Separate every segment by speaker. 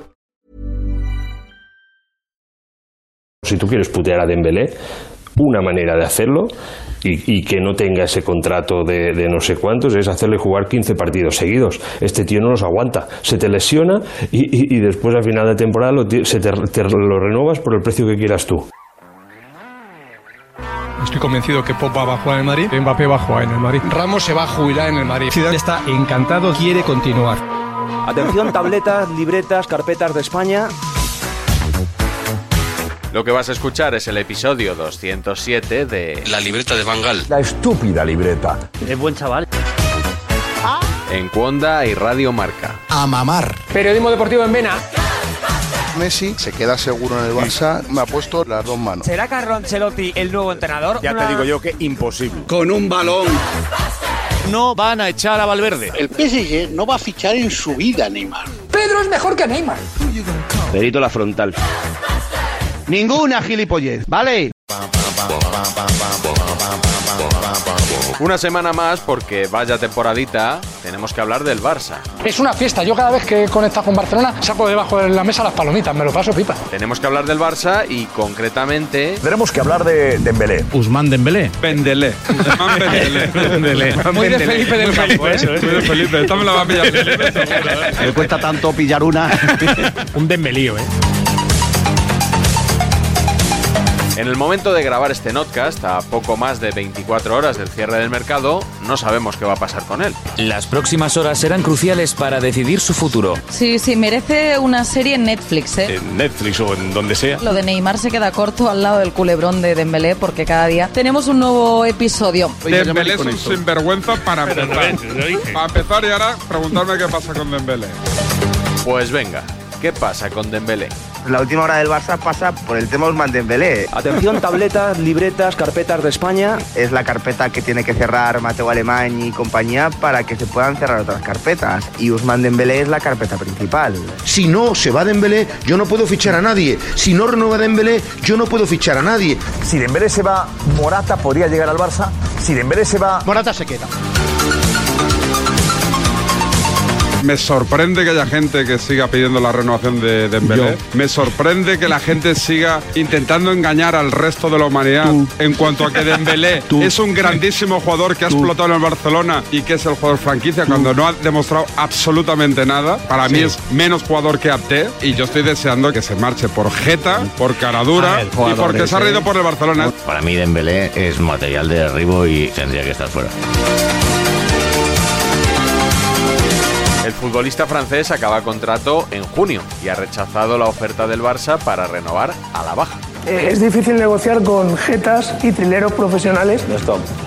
Speaker 1: Si tú quieres putear a Dembélé, una manera de hacerlo y, y que no tenga ese contrato de, de no sé cuántos es hacerle jugar 15 partidos seguidos. Este tío no los aguanta, se te lesiona y, y- y después al final de temporada lo, ti- se te- te lo renovas por el precio que quieras tú.
Speaker 2: Estoy convencido que Pogba va a jugar en el Madrid, Mbappé va a jugar en el Madrid, Ramos se va a jubilar en el Madrid. Ciudad está encantado, quiere continuar.
Speaker 3: Atención, tabletas, libretas, carpetas de España.
Speaker 4: Lo que vas a escuchar es el episodio 207 de La libreta de Bangal
Speaker 5: La estúpida libreta.
Speaker 3: Es buen chaval.
Speaker 4: en Cuonda y Radio Marca.
Speaker 6: a mamar.
Speaker 7: Periodismo deportivo en Vena.
Speaker 6: Messi se queda seguro en el Barça, me ha puesto las dos manos.
Speaker 7: ¿Será Carlo Ancelotti el nuevo entrenador? Ya te digo yo que imposible.
Speaker 6: Con un balón.
Speaker 4: No van a echar a Valverde.
Speaker 8: El PSG no va a fichar en su vida, Neymar.
Speaker 7: Pedro es mejor que Neymar.
Speaker 3: Perito la frontal. Ninguna gilipollez, ¿vale?
Speaker 4: Una semana más porque vaya temporadita, tenemos que hablar del Barça.
Speaker 7: Es una fiesta. Yo cada vez que conectas con Barcelona saco debajo de la mesa las palomitas. Me lo paso pipa.
Speaker 4: Tenemos que hablar del Barça y concretamente
Speaker 5: Tenemos que hablar de Dembélé.
Speaker 2: Usman Dembélé. Pendelé. Usman Pendelé. Muy de Felipe del Campo, ¿eh? Muy de Felipe, esta me la va a pillar Felipe.
Speaker 3: Me cuesta tanto pillar una.
Speaker 2: Un Dembelío, ¿eh?
Speaker 4: En el momento de grabar este podcast, a poco más de 24 horas del cierre del mercado, no sabemos qué va a pasar con él.
Speaker 9: Las próximas horas serán cruciales para decidir su futuro.
Speaker 10: Sí, sí, merece una serie en Netflix, ¿eh?
Speaker 9: En Netflix o en donde sea.
Speaker 10: Lo de Neymar se queda corto al lado del culebrón de Dembélé porque cada día tenemos un nuevo episodio.
Speaker 11: Dembélé es un sinvergüenza para empezar. Para empezar y ahora preguntarme qué pasa con Dembélé.
Speaker 4: Pues venga, ¿qué pasa con Dembélé?
Speaker 3: La última hora del Barça pasa por el tema Usman Dembélé. Atención, tabletas, libretas, carpetas de España. Es la carpeta que tiene que cerrar Mateo Alemán y compañía para que se puedan cerrar otras carpetas. Y Usman Dembélé es la carpeta principal.
Speaker 6: Si no se va Dembélé, yo no puedo fichar a nadie. Si no renueva Dembélé, yo no puedo fichar a nadie.
Speaker 5: Si Dembélé se va, Morata podría llegar al Barça. Si Dembélé se va... Morata se queda.
Speaker 11: Me sorprende que haya gente que siga pidiendo la renovación de Dembélé. Me sorprende que la gente siga intentando engañar al resto de la humanidad en cuanto a que Dembélé es un grandísimo jugador que ha explotado en el Barcelona y que es el jugador franquicia cuando no ha demostrado absolutamente nada. Para mí
Speaker 12: Sí.
Speaker 11: es menos jugador que Apté y yo estoy deseando que se marche por Jeta, por
Speaker 12: A
Speaker 11: Caradura
Speaker 12: ver,
Speaker 11: y porque
Speaker 12: jugadores,
Speaker 11: se ha reído
Speaker 12: ¿eh?
Speaker 11: por el Barcelona.
Speaker 12: Para mí Dembélé es material de derribo y tendría que estar fuera.
Speaker 4: El futbolista francés acaba contrato en junio y ha rechazado la oferta del Barça para renovar a la baja.
Speaker 13: Eh, Es difícil negociar con jetas y trileros profesionales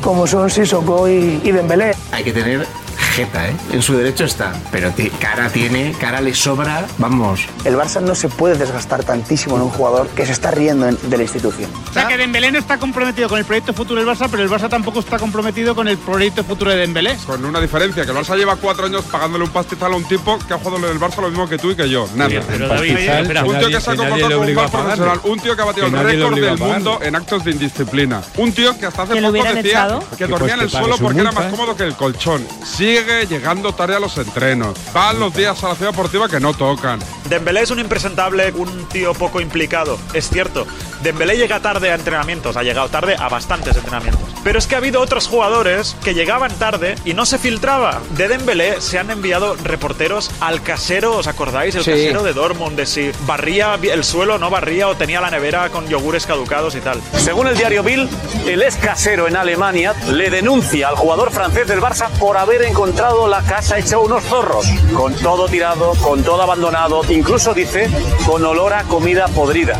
Speaker 13: como son Sissoko y, y Dembélé.
Speaker 14: Hay que tener jeta, ¿eh? En su derecho está. Pero ti- cara tiene, cara le sobra. Vamos.
Speaker 3: El Barça no se puede desgastar tantísimo en un jugador que se está riendo de la institución.
Speaker 15: O sea que Dembélé no está comprometido con el proyecto futuro del Barça, pero el Barça tampoco está comprometido con el proyecto futuro de Dembélé.
Speaker 11: Con una diferencia, que el Barça lleva cuatro años pagándole un pastizal a un tipo que ha jugado en el Barça lo mismo que tú y que yo. Nada.
Speaker 2: Pero, pero, David, Pastizal, espera,
Speaker 11: un tío
Speaker 2: nadie-
Speaker 11: que se ha
Speaker 2: que nadie
Speaker 11: comportado
Speaker 2: le
Speaker 11: como un
Speaker 2: obligó a
Speaker 11: mal profesional.
Speaker 2: pagarle.
Speaker 11: Un tío que ha batido
Speaker 2: Que
Speaker 11: el
Speaker 2: nadie le
Speaker 11: récord
Speaker 2: obligó a
Speaker 11: del
Speaker 2: pagarle.
Speaker 11: mundo en actos de indisciplina. Un tío que hasta hace
Speaker 15: ¿Que lo
Speaker 11: poco
Speaker 15: hubieran
Speaker 11: decía
Speaker 15: echado?
Speaker 11: que
Speaker 15: Que
Speaker 11: dormía
Speaker 15: pues
Speaker 11: en
Speaker 15: que
Speaker 11: el
Speaker 15: pague
Speaker 11: suelo
Speaker 15: su
Speaker 11: porque era
Speaker 15: multa,
Speaker 11: más
Speaker 15: ¿eh?
Speaker 11: cómodo que el colchón. Sigue llegando tarde a los entrenos. Van los días a la ciudad deportiva que no tocan.
Speaker 16: Dembélé es un impresentable, un tío poco implicado, es cierto. Dembélé llega tarde a entrenamientos, ha llegado tarde a bastantes entrenamientos. Pero es que ha habido otros jugadores que llegaban tarde y no se filtraba. De Dembélé se han enviado reporteros al casero, ¿os acordáis? El
Speaker 17: Sí.
Speaker 16: casero de Dortmund, de si barría el suelo, no barría o tenía la nevera con yogures caducados y tal.
Speaker 18: Según el diario Bill, el ex casero en Alemania le denuncia al jugador francés del Barça por haber encontrado la casa hecha unos zorros, con todo tirado, con todo abandonado, incluso dice con olor a comida podrida.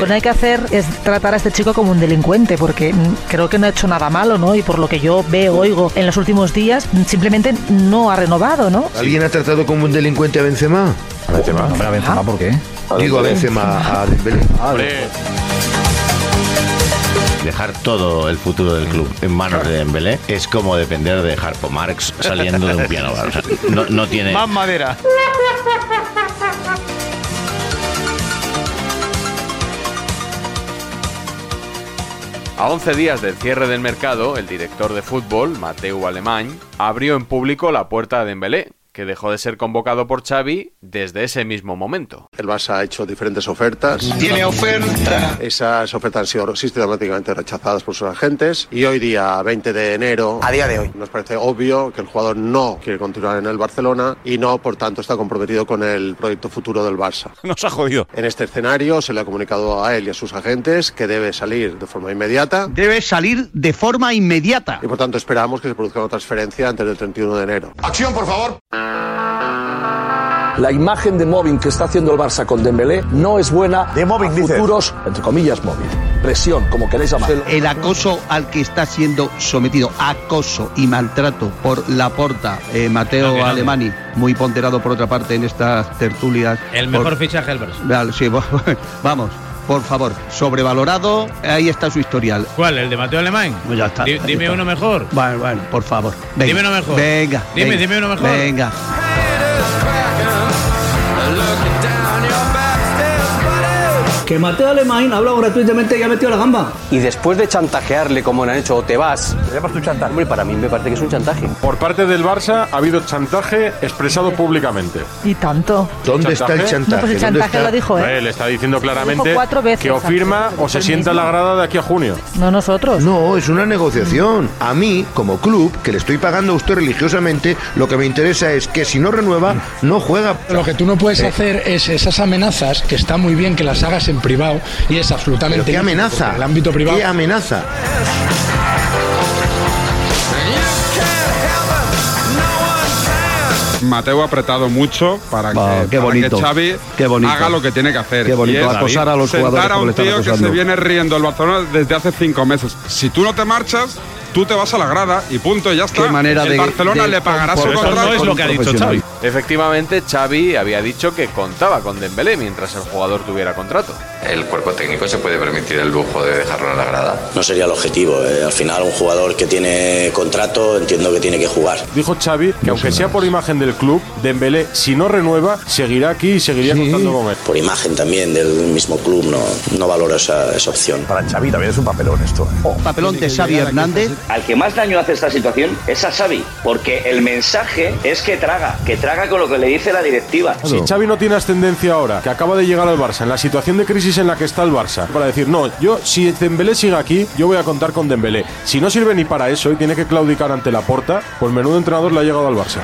Speaker 19: Lo que hay que hacer es tratar a este chico como un delincuente, porque mm, creo que no ha hecho nada malo, ¿no? Y por lo que yo veo, oigo en los últimos días, mm, simplemente no ha renovado, ¿no?
Speaker 6: ¿Alguien ha tratado como un delincuente a Benzema? ¿A Benzema?
Speaker 20: Hombre, a Benzema,
Speaker 6: ¿por qué? Digo a Benzema, a Dembélé.
Speaker 12: Dejar todo el futuro del club en manos de Dembélé es como depender de Harpo Marx saliendo de un piano bar. O sea, no, no tiene...
Speaker 18: Más madera.
Speaker 4: A 11 días del cierre del mercado, el director de fútbol, Mateu Alemany, abrió en público la puerta de Dembélé, que dejó de ser convocado por Xavi desde ese mismo momento.
Speaker 21: El Barça ha hecho diferentes ofertas.
Speaker 4: Tiene oferta.
Speaker 21: Esas ofertas han sido sistemáticamente rechazadas por sus agentes. Y hoy día, 20 de enero, a día de hoy, nos parece obvio que el jugador no quiere continuar en el Barcelona y no, por tanto, está comprometido con el proyecto futuro del Barça.
Speaker 18: Nos ha jodido.
Speaker 21: En este escenario se le ha comunicado a él y a sus agentes que debe salir de forma inmediata. Debe salir de forma inmediata. Y por tanto esperamos que se produzca una transferencia antes del 31 de enero.
Speaker 20: Acción, por favor.
Speaker 22: La imagen de Móvil que está haciendo el Barça con Dembélé no es buena de móvil, futuros, entre comillas, Móvil. Presión, como queréis llamarlo.
Speaker 3: El acoso al que está siendo sometido, acoso y maltrato por Laporta, eh, Mateo Alemani, muy ponderado por otra parte en estas tertulias.
Speaker 23: El mejor
Speaker 3: Por-
Speaker 23: fichaje del Barça.
Speaker 3: Vale, sí, vamos, por favor, sobrevalorado, ahí está su historial.
Speaker 23: ¿Cuál? ¿El de Mateo Alemán?
Speaker 3: Pues ya está.
Speaker 23: Di-
Speaker 3: ahí
Speaker 23: dime
Speaker 3: está.
Speaker 23: uno mejor.
Speaker 3: Bueno, bueno, por favor.
Speaker 23: Dime uno mejor.
Speaker 3: Venga.
Speaker 23: Dime,
Speaker 3: venga,
Speaker 23: dime uno mejor.
Speaker 3: Venga.
Speaker 24: Que Mateo Alemán ha hablado gratuitamente y ha metido la gamba.
Speaker 25: Y después de chantajearle como han hecho, o te vas. ¿Te llamas un chantaje? Hombre, para mí me parece que es un chantaje.
Speaker 2: Por parte del Barça ha habido chantaje expresado públicamente.
Speaker 19: Y tanto.
Speaker 2: ¿Dónde está el chantaje?
Speaker 19: No, pues el chantaje lo dijo, ¿eh?
Speaker 2: le está diciendo claramente
Speaker 19: Dijo cuatro veces,
Speaker 2: que o firma
Speaker 19: Ángel.
Speaker 2: o se sienta en la grada de aquí a junio.
Speaker 19: No nosotros.
Speaker 6: No, es una negociación. A mí, como club, que le estoy pagando a usted religiosamente, lo que me interesa es que si no renueva, no juega.
Speaker 7: Lo que tú no puedes
Speaker 6: Eh,
Speaker 7: hacer es esas amenazas, que está muy bien que las hagas en privado, y es absolutamente...
Speaker 6: ¿Pero qué
Speaker 7: lícito,
Speaker 6: amenaza?
Speaker 7: porque El ámbito privado...
Speaker 6: ¿Qué amenaza?
Speaker 11: Mateo ha apretado mucho para que,
Speaker 3: Ah, qué
Speaker 11: para
Speaker 3: bonito.
Speaker 11: que Xavi
Speaker 3: Qué bonito.
Speaker 11: haga lo que tiene que hacer.
Speaker 3: Qué bonito,
Speaker 11: Y es
Speaker 3: acosar a los
Speaker 11: sentar
Speaker 3: jugadores
Speaker 11: a
Speaker 3: como le
Speaker 11: un
Speaker 3: están
Speaker 11: tío que
Speaker 3: acosando.
Speaker 11: se viene riendo el Barcelona desde hace cinco meses. Si tú no te marchas, tú te vas a la grada y punto, ya está.
Speaker 3: Qué manera
Speaker 11: el
Speaker 3: de-
Speaker 11: Barcelona
Speaker 3: de
Speaker 11: le pagará su
Speaker 3: comportarse
Speaker 11: contrato.
Speaker 3: con un profesional.
Speaker 4: Efectivamente, Xavi había dicho que contaba con Dembélé mientras el jugador tuviera contrato.
Speaker 26: El cuerpo técnico se puede permitir el lujo de dejarlo en la grada.
Speaker 18: No sería el objetivo. eh, al final, un jugador que tiene contrato, entiendo que tiene que jugar.
Speaker 2: Dijo Xavi que aunque sea por imagen del club, Dembélé, si no renueva, seguirá aquí y seguiría contando con él.
Speaker 18: Por imagen también del mismo club, no, no valoro esa, esa opción. Para Xavi también es un papelón esto.
Speaker 3: Papelón de Xavi Hernández.
Speaker 18: Al que más daño hace esta situación es a Xavi, porque el mensaje es que traga, que traga con lo que le dice la directiva.
Speaker 2: Si Xavi no tiene ascendencia ahora, que acaba de llegar al Barça, en la situación de crisis en la que está el Barça, para decir, no, yo si Dembélé sigue aquí, yo voy a contar con Dembélé. Si no sirve ni para eso y tiene que claudicar ante la porta, pues menudo entrenador le ha llegado al Barça.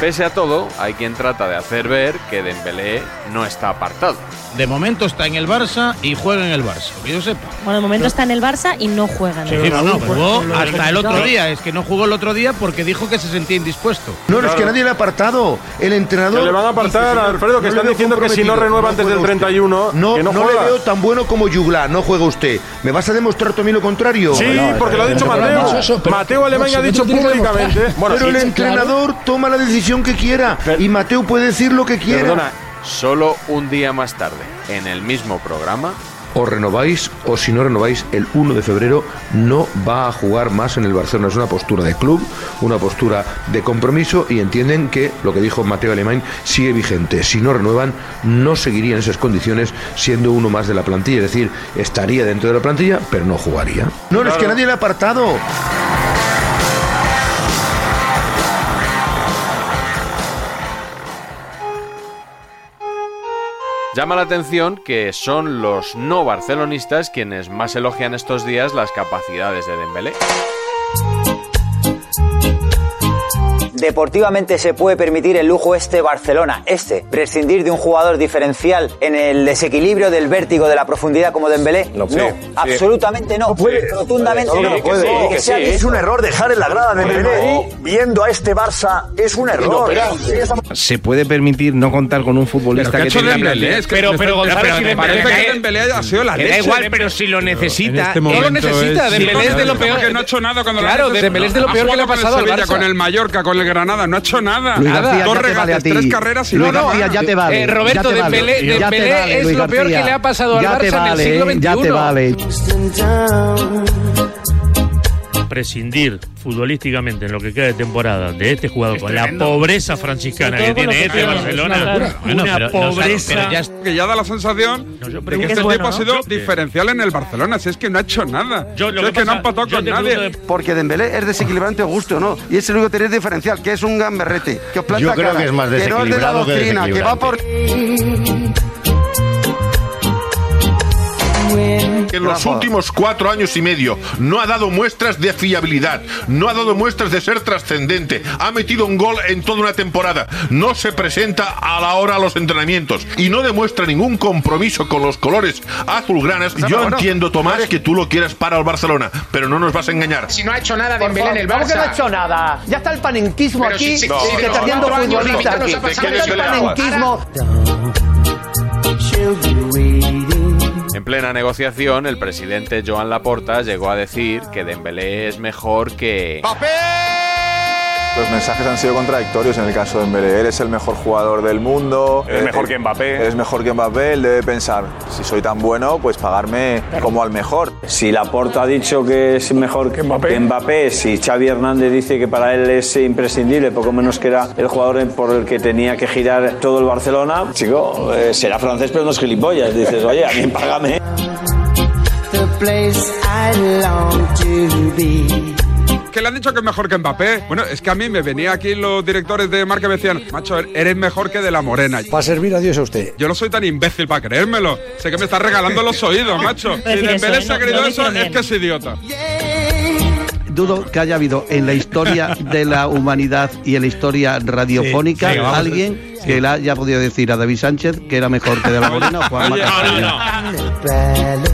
Speaker 4: Pese a todo, hay quien trata de hacer ver que Dembélé no está apartado.
Speaker 23: De momento está en el Barça y juega en el Barça. Que yo sepa.
Speaker 19: Bueno, de momento está en el Barça y no juega.
Speaker 23: Sí, no, no, jugó hasta el otro día. Es que no jugó el otro día porque dijo que se sentía indispuesto.
Speaker 6: No, es que nadie le ha apartado. El entrenador.
Speaker 23: Que le van a apartar,
Speaker 6: Dice, señor,
Speaker 23: Alfredo, que
Speaker 6: no
Speaker 23: están
Speaker 6: le veo
Speaker 23: diciendo que si no
Speaker 6: comprometido,
Speaker 23: renueva antes
Speaker 6: juega
Speaker 23: del
Speaker 6: usted.
Speaker 2: 31,
Speaker 6: no,
Speaker 2: que no
Speaker 6: no le
Speaker 2: juega.
Speaker 6: veo tan bueno como Juglar, no juega usted. ¿Me vas a demostrar también lo contrario?
Speaker 2: Sí, porque lo ha dicho Mateo. Mateo Alemán
Speaker 6: Alemania
Speaker 2: ha dicho públicamente. Bueno,
Speaker 6: pero
Speaker 2: sí,
Speaker 6: el
Speaker 2: sí, claro.
Speaker 6: entrenador toma la decisión que quiera y Mateo puede decir lo que quiera.
Speaker 4: Perdona, solo un día más tarde, en el mismo programa,
Speaker 6: O renováis o si no renováis el 1 de febrero no va a jugar más en el Barcelona. Es una postura de club, una postura de compromiso y entienden que lo que dijo Mateo Alemán sigue vigente. Si no renuevan no seguiría en esas condiciones siendo uno más de la plantilla. Es decir, estaría dentro de la plantilla pero no jugaría. No, es que nadie le ha apartado.
Speaker 4: Llama la atención que son los no barcelonistas quienes más elogian estos días las capacidades de Dembélé.
Speaker 27: Deportivamente se puede permitir el lujo este Barcelona, este, prescindir de un jugador diferencial en el desequilibrio del vértigo de la profundidad como Dembélé. No,
Speaker 20: sí, sí.
Speaker 27: absolutamente no, rotundamente
Speaker 20: No,
Speaker 27: no.
Speaker 20: no puede.
Speaker 27: Que
Speaker 20: Es
Speaker 27: sea
Speaker 20: que Es un error dejar en la grada de Dembélé viendo a este Barça. Es un error.
Speaker 28: Se puede permitir no contar con un futbolista
Speaker 11: ¿Qué ha
Speaker 28: que
Speaker 11: hecho
Speaker 28: tenga
Speaker 11: Dembélé? Es que
Speaker 28: Pero,
Speaker 11: me
Speaker 28: pero,
Speaker 11: está-
Speaker 28: Gonzalo,
Speaker 11: me
Speaker 28: si Dembélé
Speaker 11: parece
Speaker 28: cae-
Speaker 11: que Dembélé ha sido la
Speaker 28: que da
Speaker 11: leche.
Speaker 28: igual, pero si lo necesita,
Speaker 11: este
Speaker 28: no lo
Speaker 11: momento
Speaker 28: necesita,
Speaker 11: es-
Speaker 28: Dembélé es de lo peor.
Speaker 11: Porque no ha hecho nada cuando
Speaker 28: Claro,
Speaker 11: lo
Speaker 28: Dembélé es de lo peor que le ha
Speaker 11: jugado
Speaker 28: pasado
Speaker 11: con el
Speaker 28: al
Speaker 11: Sevilla,
Speaker 28: Barça.
Speaker 11: con el Mallorca, con el Granada, no ha hecho nada.
Speaker 28: Luis García,
Speaker 11: Dos
Speaker 28: ya te
Speaker 11: regates,
Speaker 28: vale a ti.
Speaker 11: tres carreras y
Speaker 28: Luis
Speaker 11: nada
Speaker 28: García,
Speaker 11: más.
Speaker 28: ya te vale. Eh, Roberto, Ya te vale. Dembélé- Ya te Dembélé vale, Eh, es Luis lo peor García. que le ha pasado al Ya te Barça en el vale, siglo eh, ya te XXI. vale.
Speaker 29: Prescindir futbolísticamente en lo que queda de temporada de este jugador con la
Speaker 11: tremendo.
Speaker 29: pobreza franciscana
Speaker 11: Sobre
Speaker 29: que
Speaker 11: todo con
Speaker 29: tiene
Speaker 11: lo que
Speaker 29: este
Speaker 11: tiene, es una
Speaker 29: Barcelona,
Speaker 11: locura.
Speaker 29: una,
Speaker 11: Bueno, pero no sabe,
Speaker 29: pobreza.
Speaker 11: pero ya es- que ya da la sensación de
Speaker 29: creo
Speaker 11: que
Speaker 29: que es
Speaker 11: este
Speaker 29: bueno,
Speaker 11: tipo ha
Speaker 29: ¿no?
Speaker 11: sido
Speaker 29: Sí.
Speaker 11: diferencial en el Barcelona. Si es que no ha hecho nada. Yo, es que no ha empatado con nadie.
Speaker 30: Porque Dembélé es desequilibrante o gusto, ¿no? Y es el único tener diferencial, que es un gamberrete. Que os planta
Speaker 12: Yo creo
Speaker 30: cara,
Speaker 12: que es más
Speaker 30: no es de la
Speaker 12: desequilibrado que
Speaker 30: doctrina, que va por... Que en los últimos cuatro años y medio no ha dado muestras de fiabilidad, no ha dado muestras de ser trascendente, ha metido un gol en toda una temporada, no se presenta a la hora a los entrenamientos y no demuestra ningún compromiso con los colores azulgranas.
Speaker 31: Pero
Speaker 30: Yo
Speaker 31: bueno,
Speaker 30: entiendo, Tomás, que tú lo quieras para el Barcelona, pero no nos vas a engañar.
Speaker 8: Si no ha hecho nada de
Speaker 9: Por
Speaker 8: Dembélé en el
Speaker 9: favor, ¿cómo que no ha
Speaker 8: Barça.
Speaker 9: hecho nada? Ya está el panenquismo
Speaker 8: Pero
Speaker 9: aquí,
Speaker 8: si- si-
Speaker 9: que
Speaker 8: si-
Speaker 9: está
Speaker 8: no,
Speaker 9: haciendo
Speaker 8: cuatro años,
Speaker 9: futbolistas.
Speaker 8: Víctor, nos ha pasado
Speaker 9: Ya está el
Speaker 8: Dembélé ahora.
Speaker 9: panenquismo.
Speaker 4: En plena negociación, el presidente Joan Laporta llegó a decir que Dembélé es mejor que...
Speaker 10: Los mensajes han sido contradictorios en el caso de Mbappé. Eres el mejor jugador del mundo. Eres mejor que Mbappé. Eres mejor que Mbappé. Él debe pensar, si soy tan bueno, pues pagarme como al mejor.
Speaker 32: Si Laporta ha dicho que es mejor que Mbappé. si Xavi Hernández dice que para él es imprescindible, poco menos que era el jugador por el que tenía que girar todo el Barcelona, chico, eh, será francés pero no es gilipollas. Dices, oye, a mí págame.
Speaker 11: Que le han dicho que es mejor que Mbappé. Bueno, es que a mí me venía aquí los directores de marca y me decían, macho, eres mejor que de la Morena.
Speaker 20: Para servir a Dios a usted.
Speaker 11: Yo no soy tan imbécil para creérmelo. Sé que me estás regalando los oídos, macho. Si
Speaker 8: Decir eso,
Speaker 11: Dembélé
Speaker 8: ¿eh?
Speaker 11: se ha
Speaker 8: No-
Speaker 11: creído
Speaker 8: no
Speaker 11: eso,
Speaker 8: decirlo
Speaker 11: es
Speaker 8: bien.
Speaker 11: que es idiota.
Speaker 3: Dudo que haya habido en la historia de la humanidad y en la historia radiofónica
Speaker 8: sí, vamos.
Speaker 3: alguien que le haya podido decir a David Sánchez que era mejor que De La Morena o Juan Mata Carrillo.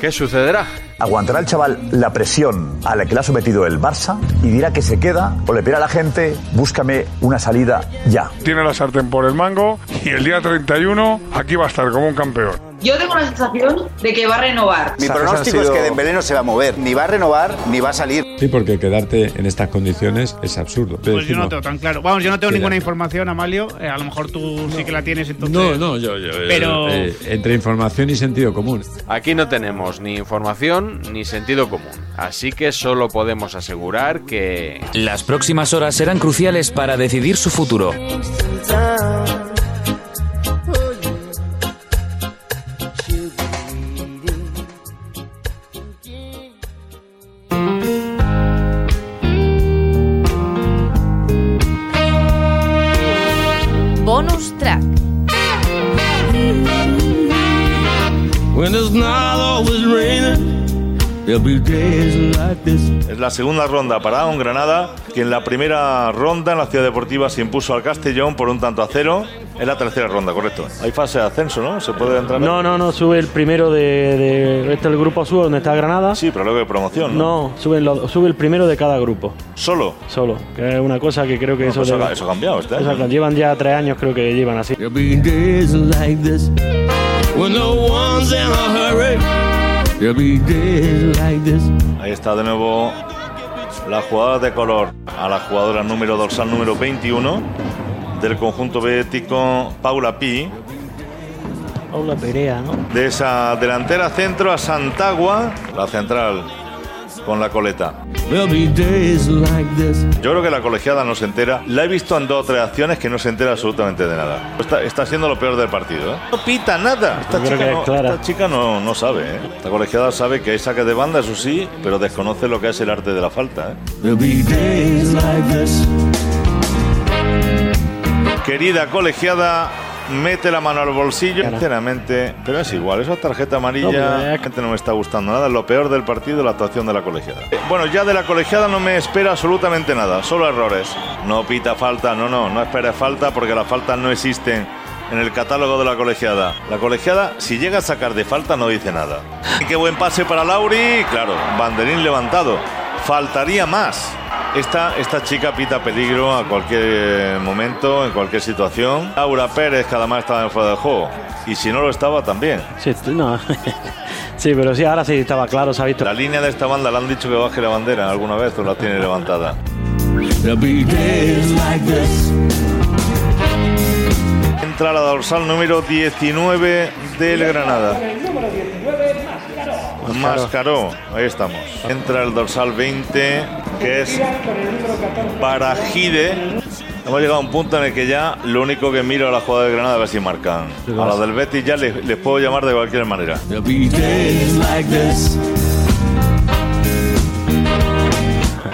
Speaker 4: ¿Qué sucederá?
Speaker 20: ¿Aguantará el chaval la presión a la que le ha sometido el Barça y dirá que se queda o le pedirá a la gente, búscame una salida ya?
Speaker 14: Tiene la sartén por el mango y el día 31 aquí va a estar como un campeón.
Speaker 10: Yo tengo la sensación de que va a renovar.
Speaker 32: Mi pronóstico es que Dembélé no se va a mover, ni va a renovar, ni va a salir.
Speaker 14: Sí, porque quedarte en estas condiciones es absurdo.
Speaker 23: Pues yo no tengo tan claro. Vamos, yo no tengo
Speaker 14: Mira.
Speaker 23: ninguna información, Amalio. Eh, a lo mejor tú sí que la tienes entonces.
Speaker 14: No, no, yo, yo, yo,
Speaker 23: Pero-
Speaker 14: eh, entre información y sentido común.
Speaker 4: Aquí no tenemos ni información ni sentido común, así que solo podemos asegurar que...
Speaker 17: Las próximas horas serán cruciales para decidir su futuro.
Speaker 33: Bonus track.
Speaker 34: When it's not always raining, there'll be days like this.
Speaker 35: Es la segunda ronda para un Granada, que en la primera ronda en la Ciudad Deportiva se impuso al Castellón por un tanto a cero. Es la tercera ronda, correcto. Hay fase de ascenso, ¿no? Se puede entrar.
Speaker 13: No, no, no, sube el primero de, de- este el grupo sur donde está Granada.
Speaker 35: Sí, pero luego de promoción, ¿no?
Speaker 13: No, suben los- sube, el primero de cada grupo.
Speaker 35: ¿Solo?
Speaker 13: Solo, que es una cosa que creo que
Speaker 35: Bueno,
Speaker 13: eso,
Speaker 35: pues eso,
Speaker 13: debe-
Speaker 35: ha- eso ha cambiado este
Speaker 13: eso
Speaker 35: año.
Speaker 13: ha- llevan ya tres años creo que llevan así.
Speaker 34: Days like this. When no one's in a hurry, there'll be days like this.
Speaker 35: Ahí está de nuevo la jugadora de color a la jugadora número dorsal número 21 del conjunto bético Paula Pi.
Speaker 13: Paula Perea, ¿no?
Speaker 35: De esa delantera centro a Santagua, la central con la coleta.
Speaker 34: There'll be days like this.
Speaker 35: Yo creo que la colegiada no se entera. La he visto en dos o tres acciones que no se entera absolutamente de nada. Está, está siendo lo peor del partido. ¿eh? No pita nada. Esta
Speaker 13: Yo creo
Speaker 35: chica,
Speaker 13: que es
Speaker 35: no,
Speaker 13: clara.
Speaker 35: esta chica no, no sabe. ¿eh? La colegiada sabe que hay saque de banda, eso sí, pero desconoce lo que es el arte de la falta. ¿eh?
Speaker 34: There'll be days like this.
Speaker 35: Querida colegiada, mete la mano al bolsillo. Sinceramente, pero es igual, esa tarjeta
Speaker 13: No, pero
Speaker 35: amarilla
Speaker 13: ya-
Speaker 35: la gente no me está gustando nada. Lo peor del partido, la actuación de la colegiada. Eh, Bueno, ya de la colegiada no me espera absolutamente nada, solo errores. No pita falta, no, no, no espera falta porque las faltas no existen. En el catálogo de la colegiada. La colegiada, si llega a sacar de falta, no dice nada. Y qué buen pase para Lauri. Claro, banderín levantado. Faltaría más. Esta, esta chica pita peligro a cualquier eh, momento, en cualquier situación. Laura Pérez, que además estaba en fuera de juego. Y si no lo estaba, también.
Speaker 13: Sí, t- no. sí, pero sí, ahora sí estaba claro, se ha visto.
Speaker 35: La línea de esta banda le han dicho que baje la bandera alguna vez o la tiene levantada.
Speaker 34: Days like this.
Speaker 35: Entra la dorsal número 19 del Granada. Mascaró, ahí estamos. Entra el dorsal 20, que es Barajide. Hemos llegado a un punto en el que ya lo único que miro a la jugada de Granada a ver si marcan. A la del Betis ya les, les puedo llamar de cualquier manera.
Speaker 34: Days like this.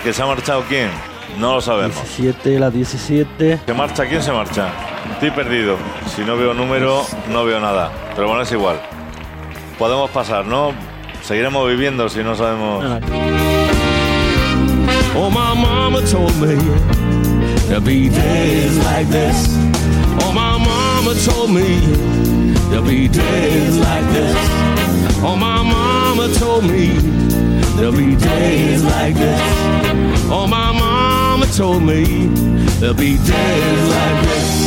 Speaker 35: ¿Que se ha marchado quién? No lo sabemos.
Speaker 13: 17, la 17.
Speaker 35: ¿Se marcha? ¿Quién se marcha? Estoy perdido. Si no veo número, no veo nada. Pero bueno, es igual. Podemos pasar, ¿no? Seguiremos viviendo si no sabemos.
Speaker 34: Oh, my mama told me there'll be days like this. Oh, my mama told me there'll be days like this. Oh, my mama told me there'll be days like this. Oh, my mama told me there'll be days like this.